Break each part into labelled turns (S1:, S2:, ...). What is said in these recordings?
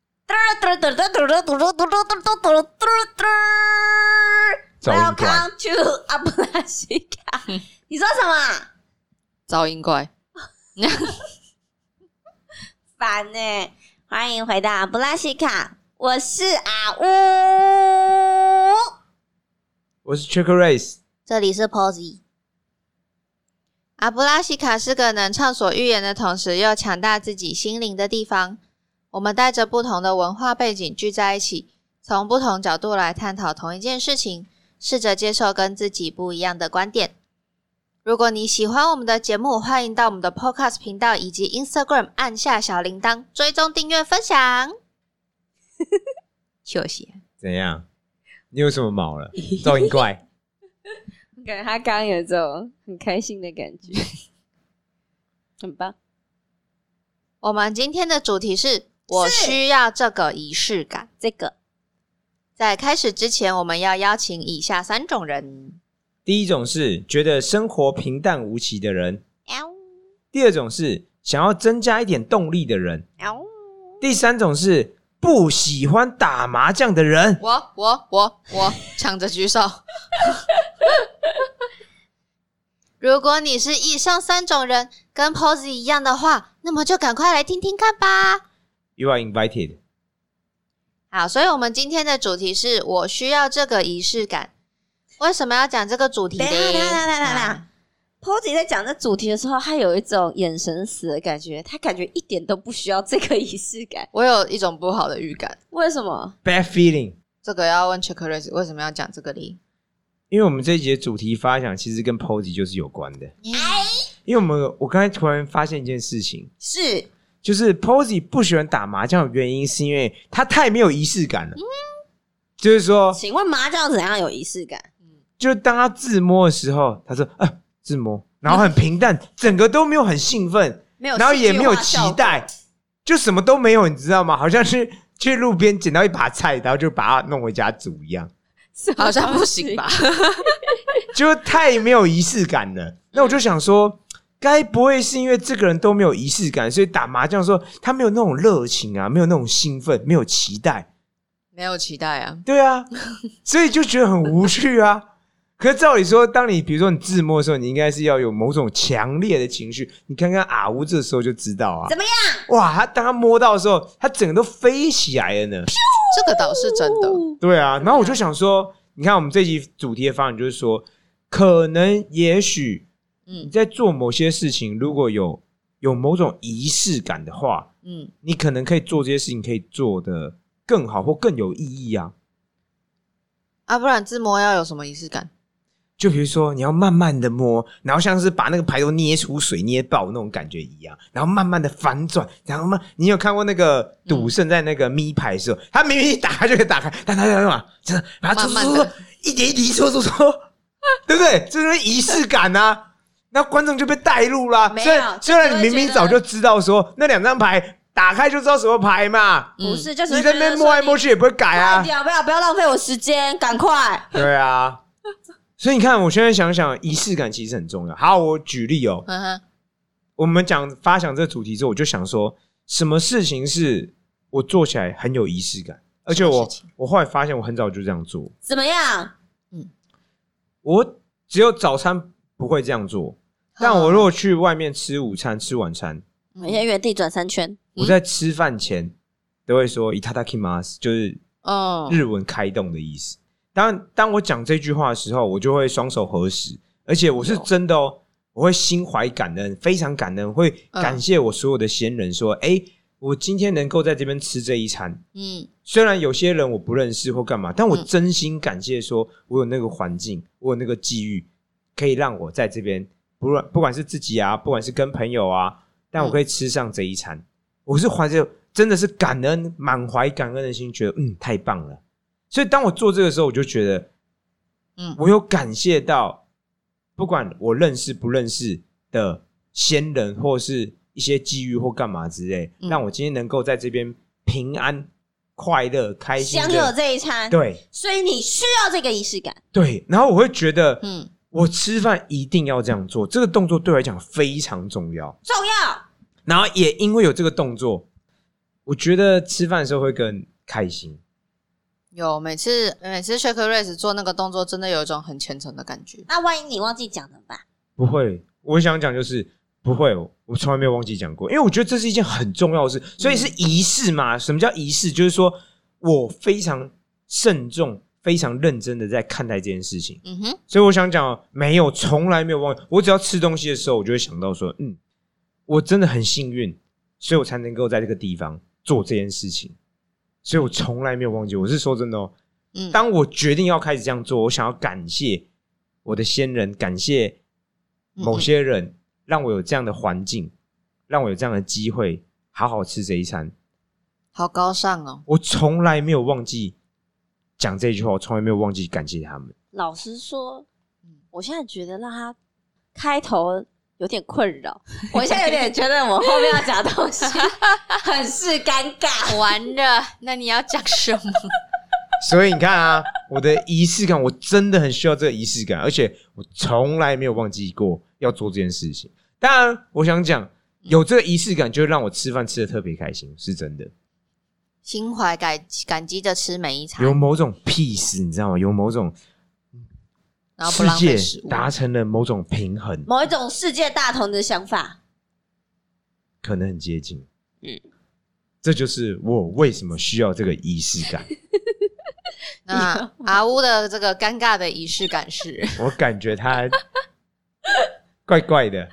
S1: 嘟嘟嘟嘟嘟嘟嘟嘟嘟嘟嘟嘟嘟嘟。Welcome to 阿布拉西卡。你说什么？
S2: 噪音怪，
S1: 烦呢、欢迎回到阿布拉西卡，我是阿乌，
S3: 我是 Chick Race，
S1: 这里是 Posy。
S2: 阿布拉西卡是个能畅所欲言的同时又强大自己心灵的地方。我们带着不同的文化背景聚在一起，从不同角度来探讨同一件事情，试着接受跟自己不一样的观点。如果你喜欢我们的节目，欢迎到我们的 Podcast 频道以及 Instagram 按下小铃铛，追踪、订阅、分享。 休息。
S3: 怎样？你有什么毛了？噪音怪，
S1: 感觉他刚刚有种很开心的感 觉，很棒。
S2: 我们今天的主题是：我需要这个仪式感。
S1: 这个
S2: 在开始之前，我们要邀请以下三种人：
S3: 第一种是觉得生活平淡无奇的人，
S1: 喵
S3: 第二种是想要增加一点动力的人，
S1: 喵，
S3: 第三种是不喜欢打麻将的人。
S2: 我、我、我、我，抢着举手。 如果你是以上三种人，跟 Posy 一样的话，那么就赶快来听听看吧。
S3: You are invited。
S2: 好，所以我们今天的主题是我需要这个仪式感。为什么要讲这个主题呢？
S1: 等一下等一下等一下等一下
S2: 啊
S1: Posy 在讲这主题的时候，他有一种眼神死的感觉，他感觉一点都不需要这个仪式感。
S2: 我有一种不好的预感，
S1: 为什么？
S3: Bad feeling。
S2: 这个要问 Chocolate 为什么要讲这个哩？
S3: 因为我们这一节主题发想其实跟 Posy 就是有关的。因为我们我刚才突然发现一件事情，
S1: 是
S3: 就是 Posy 不喜欢打麻将的原因是因为他太没有仪式感
S1: 嗯
S3: 了。就是说，
S1: 请问麻将怎样有仪式感？
S3: 就当他自摸的时候，他说啊自摸，然后很平 淡，整个都没有很兴奋，
S1: 没有，
S3: 然后也没有期。 待，就什么都没有，你知道吗？好像是 去路边捡到一把菜，然后就把它弄回家煮一样，
S2: 好像不行 吧？？
S3: 就太没有仪式感了。那我就想说。该不会是因为这个人都没有仪式感，所以打麻将的时候他没有那种热情啊，没有那种兴奋，没有期待，
S2: 没有期待啊。
S3: 对啊，所以就觉得很无趣 啊。可是照理说，当你比如说你自摸的时候，你应该是要有某种强烈的情绪。你看看阿乌这时候就知道啊，
S1: 怎么样？
S3: 哇，他当他摸到的时候，他整个都飞起来 了呢。
S2: 这个倒是真的，
S3: 对啊，然后我就想说，你看我们这集主题的方案就是说，可能也许你
S2: 嗯
S3: 在做某些事情，如果有有某种仪式感的话，
S2: 嗯，
S3: 你可能可以做这些事情，可以做的更好或更有意义啊。
S2: 啊，不然自摸要有什么仪式感？
S3: 就比如说，你要慢慢的摸，然后像是把那个牌都捏出水捏爆那种感觉一样，然后慢慢的反转，然后慢，你有看过那个赌圣在那个咪牌的时候，他明明一打开就可以打开，但他干嘛？就是把它搓
S2: 慢
S3: 搓搓
S2: 慢地，
S3: 一点一滴搓搓搓，对不对？这就是仪式感呐、那观众就被带入啦。
S1: 没有
S3: 虽然虽然你明明早就知道说那两张牌打开就知道什么牌嘛，
S2: 嗯
S1: 不是，就是
S3: 你在那边摸来摸
S1: 去
S3: 去也不会改啊。
S1: 不要不要不要浪费我时间，赶快！
S3: 对啊，所以你看，我现在想想，仪式感其实很重要。好，我举例哦，
S2: 嗯哼，
S3: 我们讲发想这个主题之后，我就想说，什么事情是我做起来很有仪式感，而且
S2: 什么
S3: 我
S2: 事情
S3: 我后来发现，我很早就这样做，
S1: 怎么样？
S3: 我只有早餐不会这样
S2: 哦
S3: 做，但我如果去外面吃午餐、吃晚餐，
S2: 嗯
S1: 我先原地转三圈。
S3: 嗯我在吃饭前都会说 “itadakimas”，就是
S1: 嗯
S2: 哦，
S3: 日文开动的意思。当当我讲这句话的时候，我就会双手合十，而且我是真的哦，我会心怀感恩，非常感
S2: 嗯
S3: 恩，会感谢我所有的先人，说，哎、我今天能够在这边吃这一餐，
S2: 嗯
S3: 虽然有些人我不认识或干嘛，但我
S2: 嗯
S3: 真心感谢，说我有那个环境，我有那个际遇，可以让我在这边，不论不管是自己啊，不管是跟朋友啊，但我可以吃上这一餐。我是怀着真的是感恩，满怀感恩的心，觉得嗯太棒了。所以当我做这个时候，我就觉得
S2: 嗯，
S3: 我有感谢到，不管我认识不认识的先人，或是一些机遇或干嘛之类，
S2: 嗯
S3: 让我今天能够在这边平安、快乐、开心
S1: 享
S3: 地
S1: 有这一餐，
S3: 对
S1: 所以你需要这个仪式感。
S3: 对，然后我会觉得，
S2: 嗯，
S3: 我吃饭一定要这样做，这个动作对我来讲非常重要。
S1: 重要，
S3: 然后也因为有这个动作，我觉得吃饭的时候会跟开心。
S2: 有每次每次 Shake Race 做那个动作，真的有一种很虔诚的感觉。
S1: 那万一你忘记讲怎么办？
S3: 不会，我想讲就是不会，我从来没有忘记讲过，因为我觉得这是一件很重要的事，所以是仪式嘛。什么叫仪式？就是说我非常慎重、非常认真的在看待这件事情。
S2: 嗯哼，
S3: 所以我想讲，没有，从来没有忘记。我只要吃东西的时候，我就会想到说，嗯，我真的很幸运，所以我才能够在这个地方做这件事情。所以我从来没有忘记。我是说真的哦，
S2: 嗯，
S3: 当我决定要开始这样做，我想要感谢我的先人，感谢
S2: 嗯
S3: 某些人，让我有这样的环境，让我有这样的机会，好好吃这一餐。
S2: 好高尚哦。
S3: 我从来没有忘记讲这句话，我从来没有忘记感谢他们。
S1: 老实说，我现在觉得让他开头有点困扰，我现在有点觉得我后面要讲的东西很是尴尬。
S2: 完了， 那你要讲什么？
S3: 所以你看啊，我的仪式感，我真的很需要这个仪式感，而且我从来没有忘记过要做这件事情。当然，我想讲，有这个仪式感，就会让我吃饭吃的特别开心，是真的。
S2: 心怀感感激的吃每一餐，
S3: 有某种 peace，你知道吗？有某种
S2: 然后
S3: 世
S2: 不浪费
S3: 界
S2: 食物。
S3: 达成了某种平衡，
S1: 某一种世界大同的想法，
S3: 可能很接近。嗯
S1: 嗯，
S3: 这就是我为什么需要这个仪式感。
S2: 那阿乌的这个尴尬的仪式感是，
S3: 我感觉它怪怪的。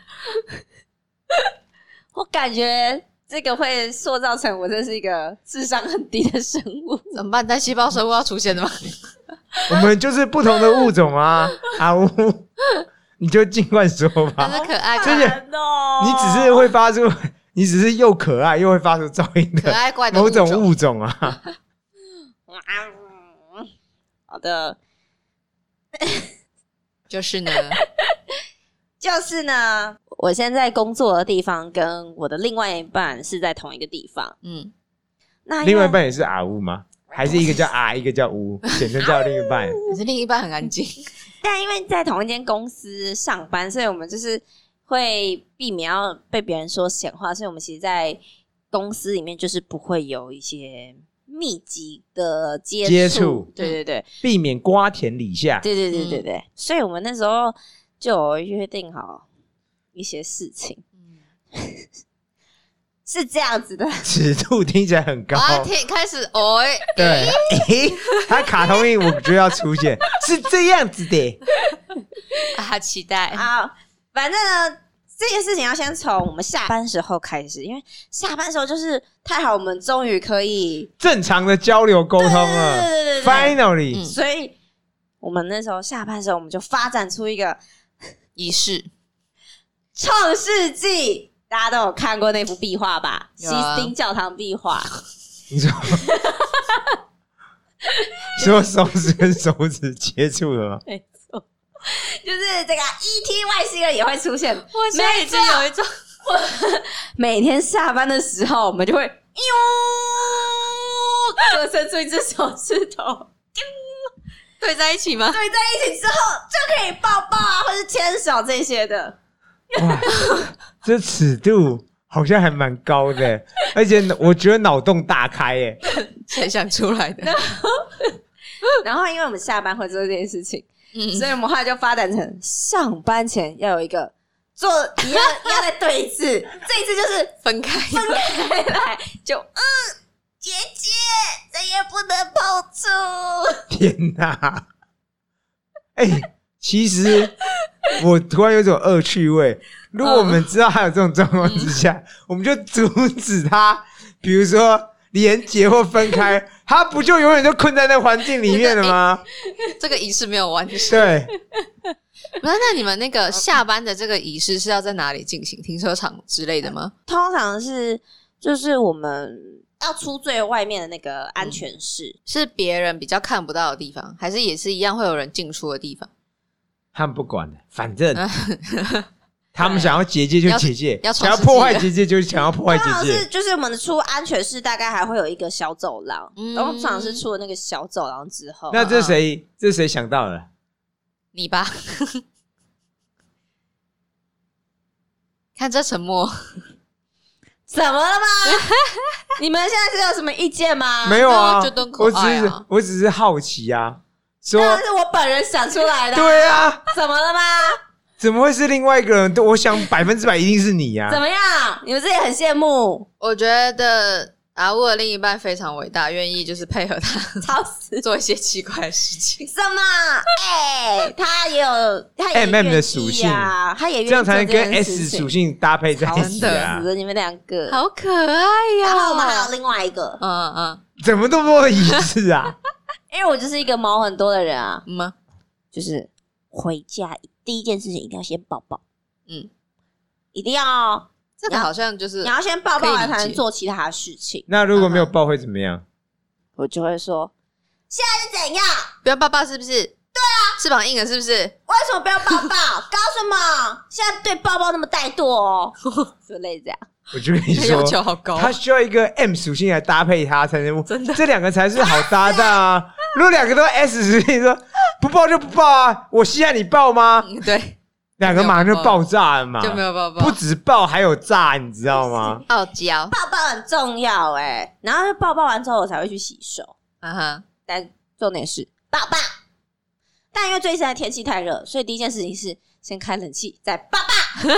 S1: 我感觉这个会塑造成我真是一个智商很低的生物。
S2: 怎么办？单细胞生物要出 现的吗？
S3: 我们就是不同的物种 啊，阿乌， 你就尽管说
S2: 但
S3: 吧。
S2: 是可爱
S3: 这
S2: 怪
S3: 是
S1: 烦哦
S3: 你只是会发出，你只是又可爱又会发出噪音
S2: 可
S3: 的
S2: 爱怪的
S3: 某
S2: 种
S3: 种物种啊。
S1: 好的，
S2: 就是呢，
S1: 就是呢，我现在工作的地方跟我的另外一半是在同一个地方。
S2: 嗯，
S1: 那因为
S3: 另外一半也是阿乌吗？还是一个叫
S2: 哎
S3: 啊阿，一个叫 乌，简称叫另一半。
S2: 可是另一半很安静，
S1: 但因为在同一间公司上班，所以我们就是会避免要被别人说闲话，所以我们其实，在公司里面就是不会有一些密集的接
S3: 接
S1: 触
S3: 触。嗯
S1: 对对对，
S3: 避免瓜田李下。
S1: 对对对对对，所以我们那时候就有约定好一些事情，
S3: 嗯
S1: 是这 样子的。
S3: 尺度听起来很高，
S2: 啊，听开始，哦，哎
S3: 对，诶他卡通音我就要出现，是这样子的。
S2: 啊，期待，
S1: 好，反正呢，这件事情要先从我们下班时候开始，因为下班时候就是太好，我们终于可以
S3: 正常的交流沟通
S1: 对
S3: 了
S1: 对对对对
S3: ，finally，
S2: 嗯
S1: 所以我们那时候下班时候，我们就发展出一个
S2: 仪式，
S1: 创世纪。大家都有看过那幅壁画吧？西
S2: 有啊
S1: 斯丁教堂壁画，
S3: 你说。 说手指跟手指接触了吗？
S1: 没错，就是这个 ET 外星人也会出现。
S2: 我
S1: 现在已经有
S2: 一种
S1: 每天下班的时候，我们就会哟，各伸出一只手指头，
S2: 对在一起吗？
S1: 对在一起之后就可以抱抱啊，或是牵手这些的。
S3: 哇，这尺度好像还蛮高的，而且我觉得脑洞大开耶。
S2: 谁想出来 的？
S1: 然后，因为我们下班会做这件事情，
S2: 嗯，
S1: 所以我们后来就发展成上班前要有一个做一样，要再对一次，这一次就是
S2: 分开，
S1: 来来就嗯，姐姐再也不能碰触。
S3: 天哪、哎、其实我突然有一种恶趣味。如果我们知道还有这种状况之下，我们就阻止他，比如说连结或分开，他不就永远就困在那环境里面了吗？
S2: 这个仪式没有完成。
S3: 对，
S2: 那那你们那个下班的这个仪式是要在哪里进行？停车场之类的吗？
S1: 通常是就是我们要出最外面的那个安全室，
S2: 是别人比较看不到的地方，还是也是一样会有人进出的地方？
S3: 他们不管了，反正 他们想要结界就结界，
S2: 要要
S3: 想要
S2: 创世纪
S3: 破坏结界就 想要破坏
S1: 嗯通常
S3: 结
S1: 是
S3: 界。
S1: 就是我们出安全室，大概还会有一个小走廊，
S2: 嗯
S1: 通常是出了那个小走廊之后，啊
S3: 那这谁这谁想到了？
S2: 你吧， 看这沉默，
S1: 怎么了吗？ 你们现在是有什么意见吗？
S3: 没有啊，
S2: 就都可
S3: 我只
S2: 爱
S3: 是
S2: 啊
S3: 我只是好奇啊，说
S1: 当然是我本人想出来的啊。
S3: 对啊，
S1: 怎么了吗？
S3: 怎么会是另外一个人？我想百分之百一定是你呀、啊
S1: 怎么样？你们是不是也很羡慕？
S2: 我觉得达乌的另一半非常伟大，愿意就是配合他
S1: 超死！
S2: 做一些奇怪的事情。
S1: 什么？哎、他也有他也
S3: MM 的
S1: 愿意
S3: 属性
S1: 啊，他也愿意
S3: 这样才能
S1: 做这
S3: 跟
S1: 件
S3: S
S1: 事情
S3: 属性搭配在
S1: 好
S3: 一起
S1: 死
S3: 啊？
S1: 了你们两个。
S2: 好可爱呀、
S1: 然后我们还有另外一个，
S2: 嗯嗯
S3: 怎么都不会一致啊？
S1: 因为我就是一个毛很多的人啊，
S2: 嗯吗？
S1: 就是回家第一件事情一定要先抱抱，
S2: 嗯，
S1: 一定要
S2: 这个好像就是
S1: 你要先抱抱
S2: 可以
S1: 完
S2: 理
S1: 才能
S2: 解
S1: 做其他的事情。
S3: 那如果没有报会怎么样？
S1: 我就会说，现在是怎样？
S2: 不要爸爸是不是？对啊，翅膀硬了是不是？
S1: 为什么不要抱抱？搞什 么？现在对抱抱那么怠惰哦，就类似这样。
S3: 我就跟你
S2: 他
S3: 说
S2: 要，求哎好高，
S3: 他需要一个 M 属性来搭配他才能，
S2: 哦真的
S3: 这两个才是好搭档啊。如果两个都 S 属性，说不抱就不抱啊，我稀罕你抱吗？
S2: 嗯对，
S3: 两个马上就爆炸了嘛，
S2: 就没有爸爸，
S3: 啊不止爆还有炸，你知道吗？
S2: 傲娇
S1: 抱抱很重要哎、然后抱抱完之后我才会去洗手，
S2: 啊哈，
S1: 但重点是抱抱。但因为最近的天气太热，所以第一件事情是先开冷气，再抱抱。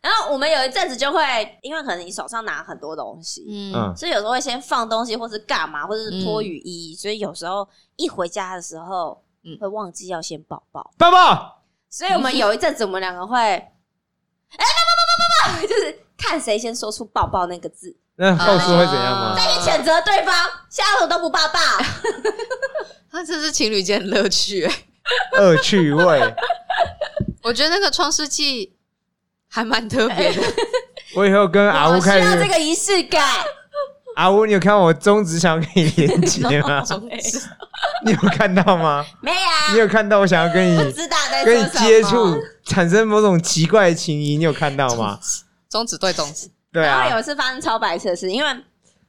S1: 然后我们有一阵子就会，因为可能你手上拿很多东西，
S2: 嗯
S3: 嗯，
S1: 所以有时候会先放东西，或是干嘛，或者是脱雨衣，所以有时候一回家的时候，
S2: 嗯
S1: 会忘记要先抱抱。
S3: 抱抱，
S1: 所以我们有一阵子，我们两个会，哎、抱抱抱抱抱，就是看谁先说出抱抱那个字，
S3: 那告诉会怎样吗
S2: 啊？
S1: 再去谴责对方，下手都不抱抱。
S2: 他这是情侣间的乐趣、欸。
S3: 恶趣味，
S2: 我觉得那个创世纪还蛮特别的，
S3: 我以后跟阿
S1: 我
S3: 乌
S1: 需
S3: 开
S1: 要这
S3: 始，
S1: 个仪式感，
S3: 阿乌，你有看我中指想给你连接 吗？
S2: 哎
S3: 你有看到吗？
S1: 没
S3: 你
S1: 有，
S3: 有看到我想要跟
S1: 不
S3: 你
S1: 啊知道在说
S3: 跟你
S1: 什么。
S3: 接触，产生某种奇怪的情谊，你有看到吗？
S2: 中指对中指，
S3: 对
S1: 然后
S3: 啊
S1: 有，一次发生超白痴的事，因为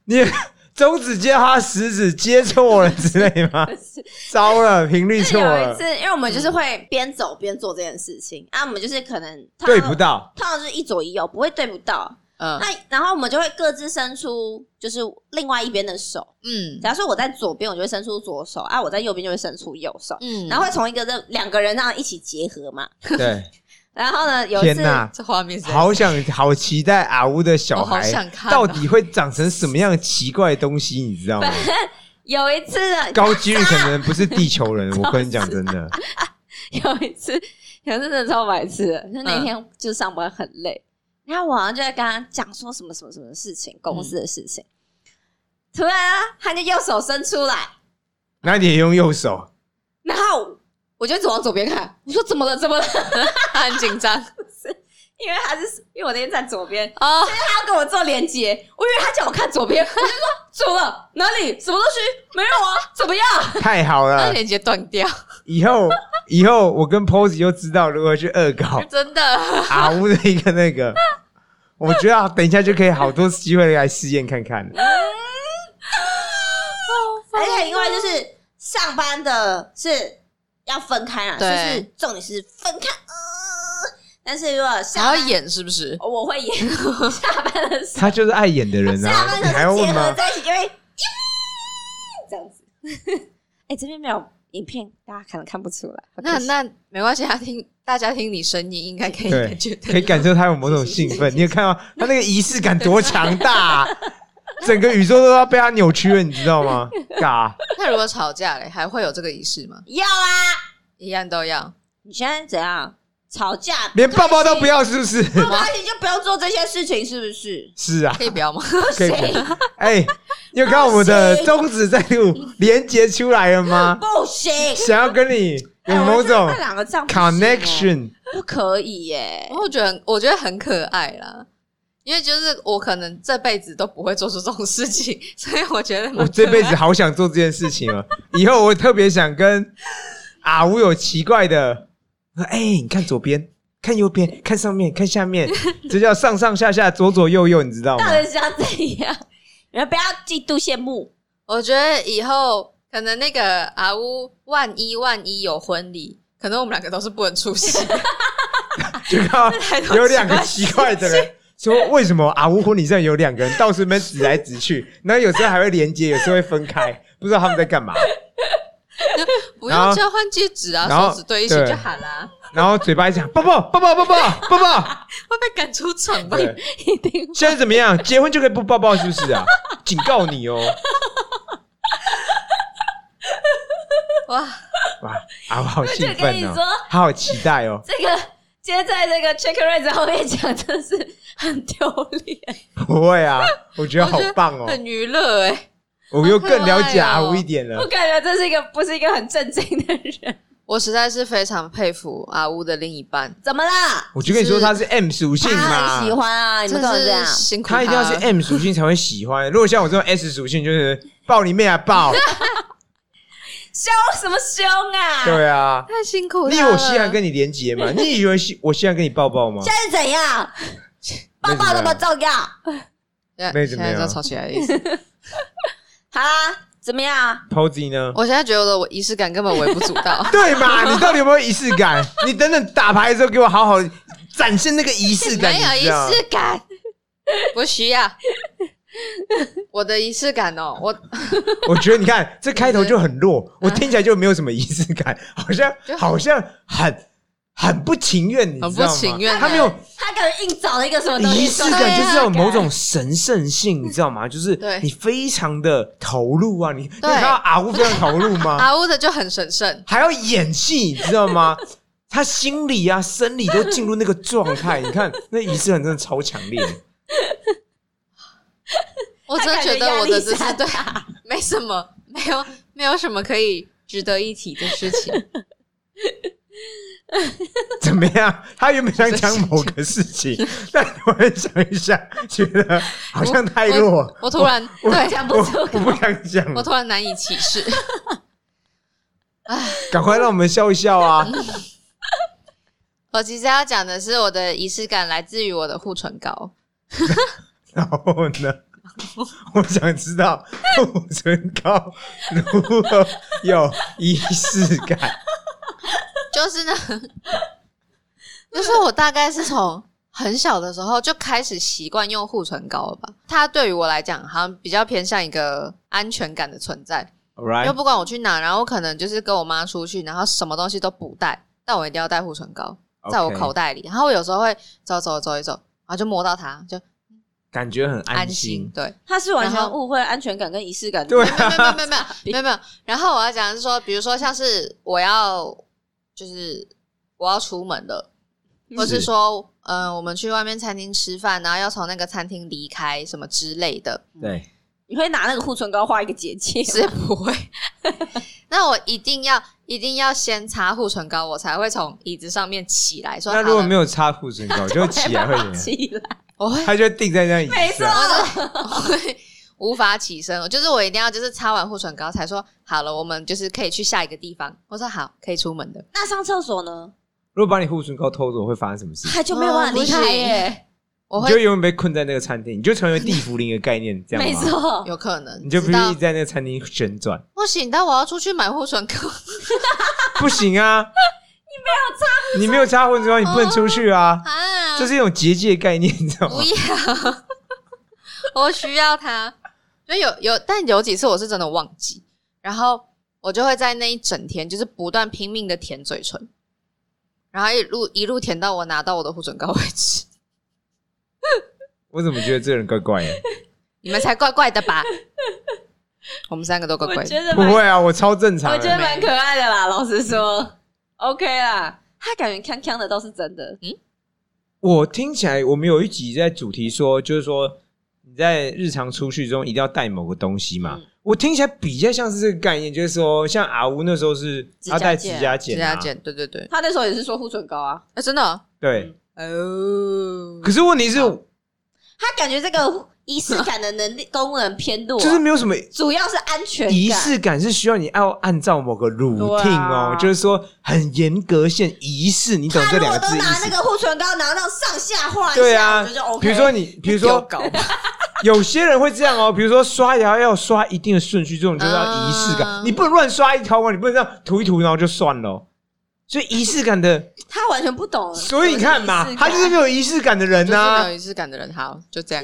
S3: 你 中指接他食指接错了之类 吗？糟了，频率
S1: 是
S3: 错
S1: 有一
S3: 了，
S1: 次，因为我们就是会边走边做这件事情，啊，我们就是可能
S3: 对不， 到，
S1: 通常就是一左一右，不会对不到。
S2: 嗯
S1: 那然后我们就会各自伸出，就是另外一边的手。
S2: 嗯
S1: 假如说我在左边，我就会伸出左手啊；我在右边就会伸出右手，
S2: 嗯，
S1: 然后会从一个这两个人这样一起结合嘛。
S3: 对，
S1: 然后呢，有一
S3: 天
S1: 次
S3: 哪！
S2: 这画面是
S3: 好想好期待阿乌的小
S2: 我好
S3: 孩
S2: 想看啊
S3: 到底会长成什么样奇怪的东西，你知 道吗？
S1: 有一次呢，
S3: 高几率可能不是地球人，我跟你讲真的，
S1: 有一次，有一次真的超白痴的，就
S3: 嗯
S1: 那天就上班很累，然后我好像就在跟他讲说什么什么什么事情，公司的事情。突然啊，他就右手伸出来，
S3: 那你也用右手，
S1: 然后我就一直往左边看，我说怎么了怎么了？
S2: 他 很紧张
S1: 因为他是因为我那天站左边，
S2: 哦，
S1: 他要跟我做连接，我以为他叫我看左边，我就说怎么了？哪里？什么东西？没有啊？怎么样？
S3: 太好
S2: 那
S3: 了！
S2: 连接断掉，
S3: 以后以后我跟 Posy 就知道如何去恶搞
S2: 真的，
S3: 阿乌的一个那个，我觉得啊等一下就可以好多机会来试验看看。
S1: 而且另外就是上班的是要分开啦，就
S2: 对
S1: 是重点是分开。呃、但是如果
S2: 想
S1: 下
S2: 要
S1: 班，
S2: 演是不是？
S1: 我会演 下班的时 候，
S3: 他就是爱演的人
S1: 下
S3: 啊，
S1: 班
S3: 你还要
S1: 的时候结
S3: 问
S1: 合
S3: 吗？
S1: 在一起就会这样子。 哎、这边没有影片，大家可能看不出来。
S2: 那那没关系，他听大家听你声音应该可以
S3: 对
S2: 感觉
S3: 可以
S2: 得到。
S3: 感受他有某种兴奋。你有看到他那 个仪式感多强大、啊，整个宇宙都要被他扭曲了，你知道吗？嘎，
S2: 那如果吵架嘞，还会有这个仪式吗？
S1: 要啊！
S2: 一样都要。
S1: 你现在怎样？吵架
S3: 连抱抱都
S1: 不
S3: 不要，是不 是？
S1: 开心，不开心就不要做这些事情，是不是？
S3: 是啊，
S2: 可以不要吗？
S3: 可以
S1: 不
S3: 可以
S1: 行，
S3: 哎、你有看到我们的中指在 录连接出来了吗？
S1: 不行，
S3: 想要跟你有
S1: 哎
S3: 嗯某
S1: 我觉得
S3: 种
S1: 那两个这样不行哦
S3: connection，
S1: 不可以耶
S2: 我。会觉得我觉得很可爱啦，因为就是我可能这辈子都不会做出这种事情， 所以我觉得蛮
S3: 我这辈
S2: 可
S3: 子好想做这件事情哦。以后我特别想跟阿乌有奇怪的，哎、你看左边，看右边，看上面，看下面，这叫上上下下，左左右右，你知道吗
S1: 到？底是要怎样？你们不要嫉妒羡慕，
S2: 爱我觉得以后可能那个阿乌万一万一有婚礼，可 能我们两个都是不能出席。
S3: 就看到有两个奇怪的人说为什么阿乌婚礼上有两个人到处边指来指去，然后有时候还会连接，有时候会分开，不知道他们在干嘛。
S2: 不
S3: 然
S2: 用
S3: 后
S2: 交换戒指啊，
S3: 然后
S2: 手指对一起
S3: 对
S2: 就好啦，
S3: 然后嘴巴一讲抱抱抱抱抱抱抱抱，
S2: 会被赶出场吧？
S3: 对，
S1: 一定
S3: 现在怎么样？结婚就可以不抱抱是不是啊？警告你哦！
S2: 哇，
S3: 哇，啊，我好兴
S1: 就跟
S3: 奋
S1: 你
S3: 哦
S1: 说，
S3: 好期待哦！
S1: 这个接在这个 check raise 后面讲，真是很丢脸。
S3: 不会啊，我觉得好棒哦！
S2: 很娱乐哎。
S3: 我又更了解阿
S2: 好可爱哦
S3: 乌一点了
S1: 我。感觉这是一个不是一个很正经的人，
S2: 我实在是非常佩服阿乌的另一半，
S1: 怎么啦？
S3: 我就跟你说，他是 M 属性
S1: 他
S3: 嘛
S1: 很喜，欢啊，你
S2: 真
S1: 们干嘛这
S2: 的
S1: 样
S2: 是？辛苦
S3: 他一定要是哎
S2: 了
S3: M 属性才会喜欢。如果像我这种 S 属性，就是抱你妹啊抱！
S1: 凶什么凶啊？
S3: 对啊，
S2: 太辛苦了。
S3: 你以为我稀罕跟你连结吗？你以为稀我稀罕跟你抱抱吗？
S1: 现在是怎样？抱抱那么重要？
S2: 现
S3: 妹
S2: 在
S3: 子
S2: 现
S3: 没有
S2: 在就要吵起来的意思。
S1: 好啦，啊怎么样？
S3: Posy 呢？。
S2: 我现在觉得我仪式感根本微不足道
S3: 对嘛？你到底有没有仪式感？你等等打牌的时候，给我好好展现那个仪式感。
S2: 没有
S3: 你
S2: 仪
S3: 知道吗
S2: 式感， 不需要。我的仪式感哦，我
S3: 我觉得你看这开头就很弱，我听起来就没有什么仪式感，好像
S2: 嗯就很
S3: 好像很很不情愿，你知道
S2: 很
S3: 吗？
S2: 不情愿
S3: 他没有
S1: 他感觉硬找了一个什么东西
S3: 仪式
S1: 出
S3: 感，
S1: 来，
S3: 就是要有某种神圣性，你知道吗？就是
S2: 对
S3: 你非常的投入啊，你你有看到阿乌非常投入吗？
S2: 阿乌的就很神圣，
S3: 还要演戏，你知道吗？他心理啊、生理都进入那个状态，你看那仪式感真的超强烈。
S2: 我真的觉得我的这
S1: 他
S2: 是
S1: 感觉
S2: 对
S1: 压力，山大
S2: 没什么，没有没有什么可以值得一提的事情。
S3: 怎么样？他原本想讲某个事情，但突然想一下，觉得好像太弱。
S2: 我 突然对，
S1: 讲不
S3: 我
S1: 出
S3: 我不想讲了
S2: 我突然难以启齿。
S3: 赶快让我们笑一笑啊！
S2: 我其实要讲的是，我的仪式感来自于我的护唇膏。
S3: 然后呢， 我想知道护唇膏如何有仪式感。
S2: 就是呢， 就是我大概是从很小的时候就开始习惯用护唇膏了吧。它对于我来讲，好像比较偏向一个安全感的存在。
S3: All
S2: 因为
S3: right，
S2: 不管我去哪，然后我可能就是跟我妈出去，然后什么东西都不带，但我一定要带护唇膏在我口
S3: 袋，
S2: 袋里。然后我有时候会走走走一走，然后就摸到它，就
S3: 感觉很
S2: 安
S3: 安心。
S2: 对，
S1: 他是完
S2: 然
S1: 全
S2: 后
S1: 误会安全感跟仪式感。
S3: 对啊
S2: 没有没有没有没有没有没有。然后我要讲的是说，比如说像是我要就是我要出门了，或是
S3: 是
S2: 说嗯、呃我们去外面餐厅吃饭，然后要从那个餐厅离开什么之类的，
S3: 对，
S1: 你会拿那个护唇膏画一个结界，
S2: 是 不会。那我一定要一定要先擦护唇膏，我才会从椅子上面起来。说
S3: 那如果没
S2: 有，
S3: 有擦护唇膏，就会起来会怎样？
S1: 起 来，
S2: 我会
S3: 它就会定在那里。啊没错，
S2: 我会无法起身，就是我一定要就是擦完护唇膏才说好了，我们就是可以去下一个地方。我说好，可以出门的。
S1: 那上厕所呢？
S3: 如果把你护唇膏偷走，会发生什么事？
S1: 他就没有办法离开耶，
S2: 哦我
S3: 你
S2: 会
S3: 就永远被困在那个餐厅，你就成为地茯苓的概念，这样
S1: 没
S3: 吗？
S1: 错，
S2: 有可能，
S3: 你就必须
S2: 直到
S3: 一直在那个餐厅旋转，
S2: 不行，但我要出去买护唇膏，
S3: 不行啊！你没有插护唇膏，你不能出去啊！
S2: 啊
S3: 这是一种结界概念，你知道
S2: 不
S3: 吗？
S2: 要，我需要它。就有有，但有几次我是真的忘记，然后我就会在那一整天就是不断拼命的舔嘴唇，然后一路一路舔到我拿到我的护唇膏为止。
S3: 我怎么觉得这人怪怪的？
S2: 你们才怪怪的 吧？我们三个都怪
S1: 我
S2: 怪
S1: 觉
S2: 的，
S1: 得
S3: 不
S1: 蛮，
S3: 会啊，我超正常
S1: 我
S3: 的。
S1: 觉得蛮可爱的啦。老实说，OK 啦，他感觉康康的倒是真的，
S3: 我听起来，我们有一集在主题说，就是说你在日常出去中一定要带某个东西嘛。
S1: 嗯
S3: 我听起来比较像是这个概念，就是说，像阿吴那时候是
S1: 指甲
S3: 他带指
S1: 剪
S3: 甲
S2: 指
S3: 剪、啊，
S2: 甲剪，对对对，
S1: 他那时候也是说护唇膏啊，
S2: 啊，真的哦
S3: 对。
S2: 哦
S3: 可，是问题是，
S1: 他感觉这个仪式感的能力功能偏弱，啊
S3: 就是没有什么
S1: 主要是安全感
S3: 仪式感是需要你要按照某个 routine 哦，
S1: 对啊
S3: 就是说很严格限仪式，你懂
S1: 他
S3: 这
S1: 如
S3: 两
S1: 果
S3: 个
S1: 都
S3: 字意
S1: 拿那
S3: 思？
S1: 个护唇膏拿到上下画一下，
S3: 对啊
S1: 我觉得就 OK。
S3: 比如说，你，比如说
S2: 搞，
S3: 有些人会这样哦，比如说刷牙要刷一定的顺序，这种就叫仪式感。
S2: 嗯
S3: 你不能乱刷一条嘛，你不能这样涂一涂然后就算了哦、所以仪式感 的，
S1: 他完全不懂。
S3: 所以你看嘛，他就是没
S1: 是
S3: 有仪式感的人
S4: 就是
S3: 呐、
S4: 没有仪式感的人，好，就 这样，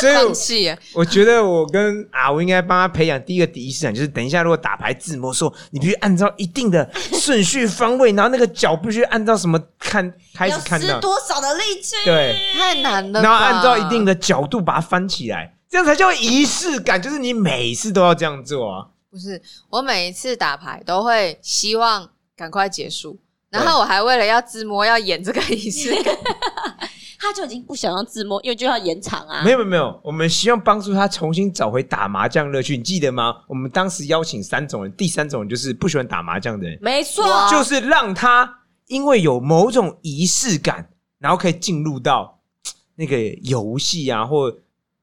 S3: 所以我
S4: 放弃耶。
S3: 我觉得我跟啊，我应该帮他培养第一个仪式感，就是等一下如果打牌自摸的时候，你必须按照一定的顺序方位，然后那个脚必须按照什么看开始看
S1: 要
S3: 到
S1: 施，多少的力气？
S3: 对，
S2: 太难了吧。
S3: 然后按照一定的角度把它翻起来，这样才叫仪式感，就是你每次都要这样做啊。
S4: 不是，
S2: 我每一次打牌都会希望赶快结束，
S3: 对
S2: 然后我还为了要自摸要演这个仪式感，
S1: 他就已经不想要自摸，因为就要延长啊。
S3: 没有没有没有，我们希望帮助他重新找回打麻将乐趣，你记得吗？我们当时邀请三种人，第三种人就是不喜欢打麻将的人，
S1: 没错，
S4: 啊
S2: 哇
S3: 就是让他因为有某种仪式感，然后可以进入到嘖那个游戏啊，或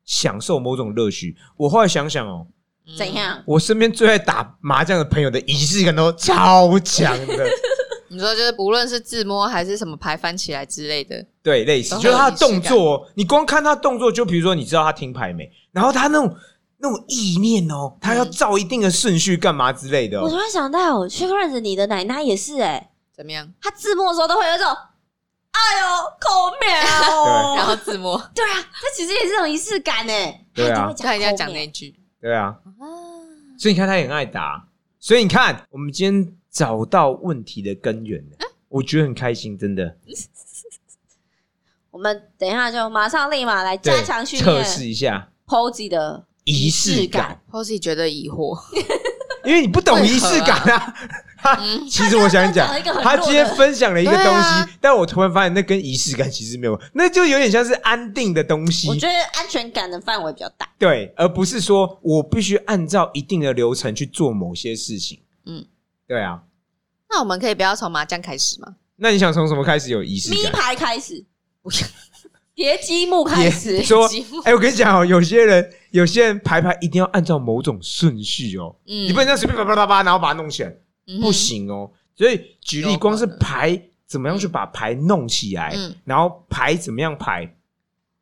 S3: 享受某种乐趣。我后来想想哦，
S2: 嗯
S1: 怎样？
S3: 我身边最爱打麻将的朋友的仪式感都超强 的，
S2: 你说就是无论是自摸还是什么牌翻起来之类的，
S3: 对，类似
S4: 都
S3: 就是他的
S4: 很有
S3: 动
S4: 仪式感
S3: 作哦，你光看他动作，就比如说你知道他听牌没，然后他那种那种意念哦，他
S4: 嗯
S3: 要照一定的顺序干嘛之类的、
S1: 我突
S3: 哦。
S1: 然想到，去认识你的奶奶也是哎、
S4: 怎么样？
S1: 她自摸的时候都会有一种“哎呦，抠 秒”，
S3: 对
S4: 然后自摸，
S1: 对啊，这其实也是一种仪式感哎。
S3: 对啊
S1: 她
S4: 他一定
S1: 定
S4: 要
S1: 会讲
S4: 讲
S1: 后
S4: 那一
S1: 面
S4: 句，
S3: 对啊，
S1: 啊
S3: 所以你看他也很爱打，所以你看我们今天找到问题的根源了，
S1: 嗯
S3: 我觉得很开心，真的。
S1: 我们等一下就马上立马来
S3: 对
S1: 加强训
S3: 测试
S1: 练
S3: 一下
S1: POZ 的
S3: 仪式
S1: 质
S3: 感
S1: 感，。
S4: 或是觉得疑惑，
S3: 因为你不懂仪式感啊。 他其实我想讲
S1: 嗯他刚刚讲了一个，很
S3: 他今天
S1: 弱的
S3: 分享了一个
S4: 对
S3: 东
S4: 啊
S3: 西，但我突然发现那跟仪式感其实没有，那就有点像是安定的东西
S1: 我，觉得安全感的范围比较大。
S3: 对，而不是说我必须按照一定的流程去做某些事情。嗯
S4: 嗯，
S3: 对啊。
S2: 那我们可以不要从麻将开始吗？
S3: 那你想从什么开始有仪式
S1: 咪
S3: 感？
S1: 牌开始， 叠积木开 始，
S3: 说
S4: 积 木，
S3: 哎、我跟你讲哦，有些人，有些人排牌一定要按照某种顺序哦，
S4: 嗯
S3: 你不能这样随便叭叭叭叭，然后把它弄起来。
S4: 嗯哼
S3: 不行哦。所以举例，
S4: 有
S3: 光是
S4: 可能
S3: 牌怎么样去把牌弄起来，
S4: 嗯
S3: 然后牌怎么样排，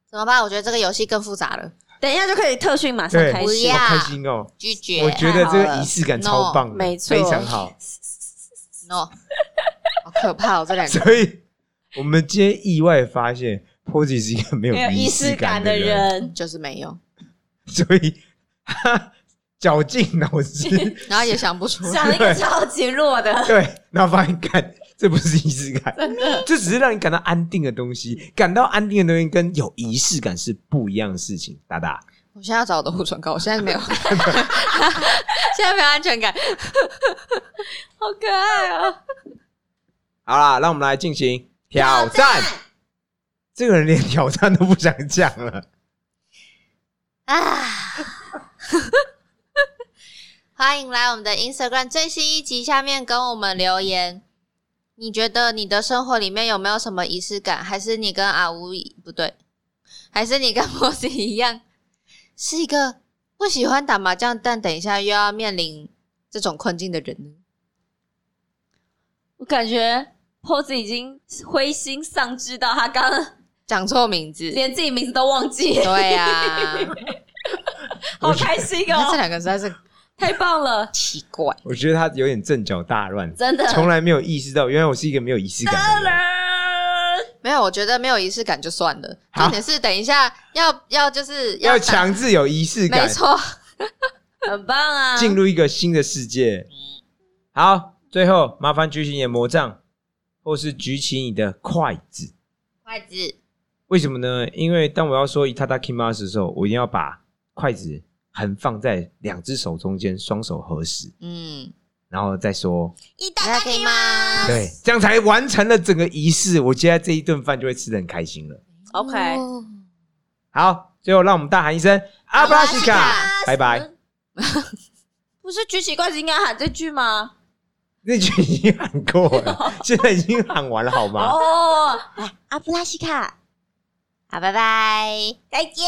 S2: 怎么办？我觉得这个游戏更复杂了，
S1: 等一下就可以特训马上开
S2: 不
S1: 始。
S2: 要
S3: 好开心哦！
S2: 拒绝。
S3: 我觉得这
S1: 太好
S3: 个
S1: 了
S3: 仪式感超棒的
S1: No，没错
S3: 非常好。
S2: no，好可怕哦，这两个。
S3: 所以我们今天意外发现 p o z y 是一个没有
S1: 没有
S3: 仪
S1: 仪
S3: 式
S1: 式
S3: 感
S1: 感
S3: 的
S1: 的
S3: 人，
S1: 人，
S2: 就是没有，
S3: 所以 他绞尽脑汁，
S2: 然后也想不出来。
S1: 想一个超级弱的，
S3: 对，然后发现干这不是仪式感，这只是让你感到安定的东西。感到安定的东西跟有仪式感是不一样的事情，大大。
S2: 我现在要找我的护唇 膏，我现在没有，现在没有安全感。
S1: 好可爱啊！
S3: 好啦，让我们来进行挑战。这个人连挑战都不想讲了。
S2: 欢迎来我们的 Instagram 最新一集下面跟我们留言。你觉得你的生活里面有没有什么仪式感？还是你跟阿吴不对？还是你跟波西一样，是一个不喜欢打麻将，但等一下又要面临这种困境的人呢？
S1: 我感觉 pose 已经灰心丧志到他刚刚
S2: 讲错名字，
S1: 连自己名字都 忘记，
S2: 对呀、啊，
S1: 好开心
S2: 那这
S1: 哦！
S2: 两个实在是
S1: 太棒了，
S2: 奇怪。
S3: 我觉得他有点阵脚大乱，
S1: 真的。
S3: 从来没有意识到原来我是一个没有仪式感的人。
S2: 没有，我觉得没有仪式感就算了。
S3: 好
S2: 重点是等一下要要就是
S3: 要
S2: 打，
S3: 强制有仪式
S2: 没
S3: 感，
S2: 错，
S1: 很棒啊！
S3: 进入一个新的世界。好，最后麻烦举起你的魔杖，或是举起你的筷子。
S2: 筷子。
S3: 为什么呢？因为当我要说 “itadakimasu” 的时候，我一定要把筷子横放在两只手中间，双手合十，
S2: 嗯，
S3: 然后再说
S1: 一
S2: 大家可以吗？
S3: 对，这样才完成了整个仪式。我接下来这一顿饭就会吃的很开心了。
S1: OK，
S3: 好，最后让我们大喊一声“阿布拉西卡”，拜拜。。
S1: 不是举起筷子应该喊这句吗？
S3: 那句已经喊过 了，现在已经喊完了，好吗？
S1: 哦，来阿布拉西卡，
S2: 好，拜拜。
S1: 再见。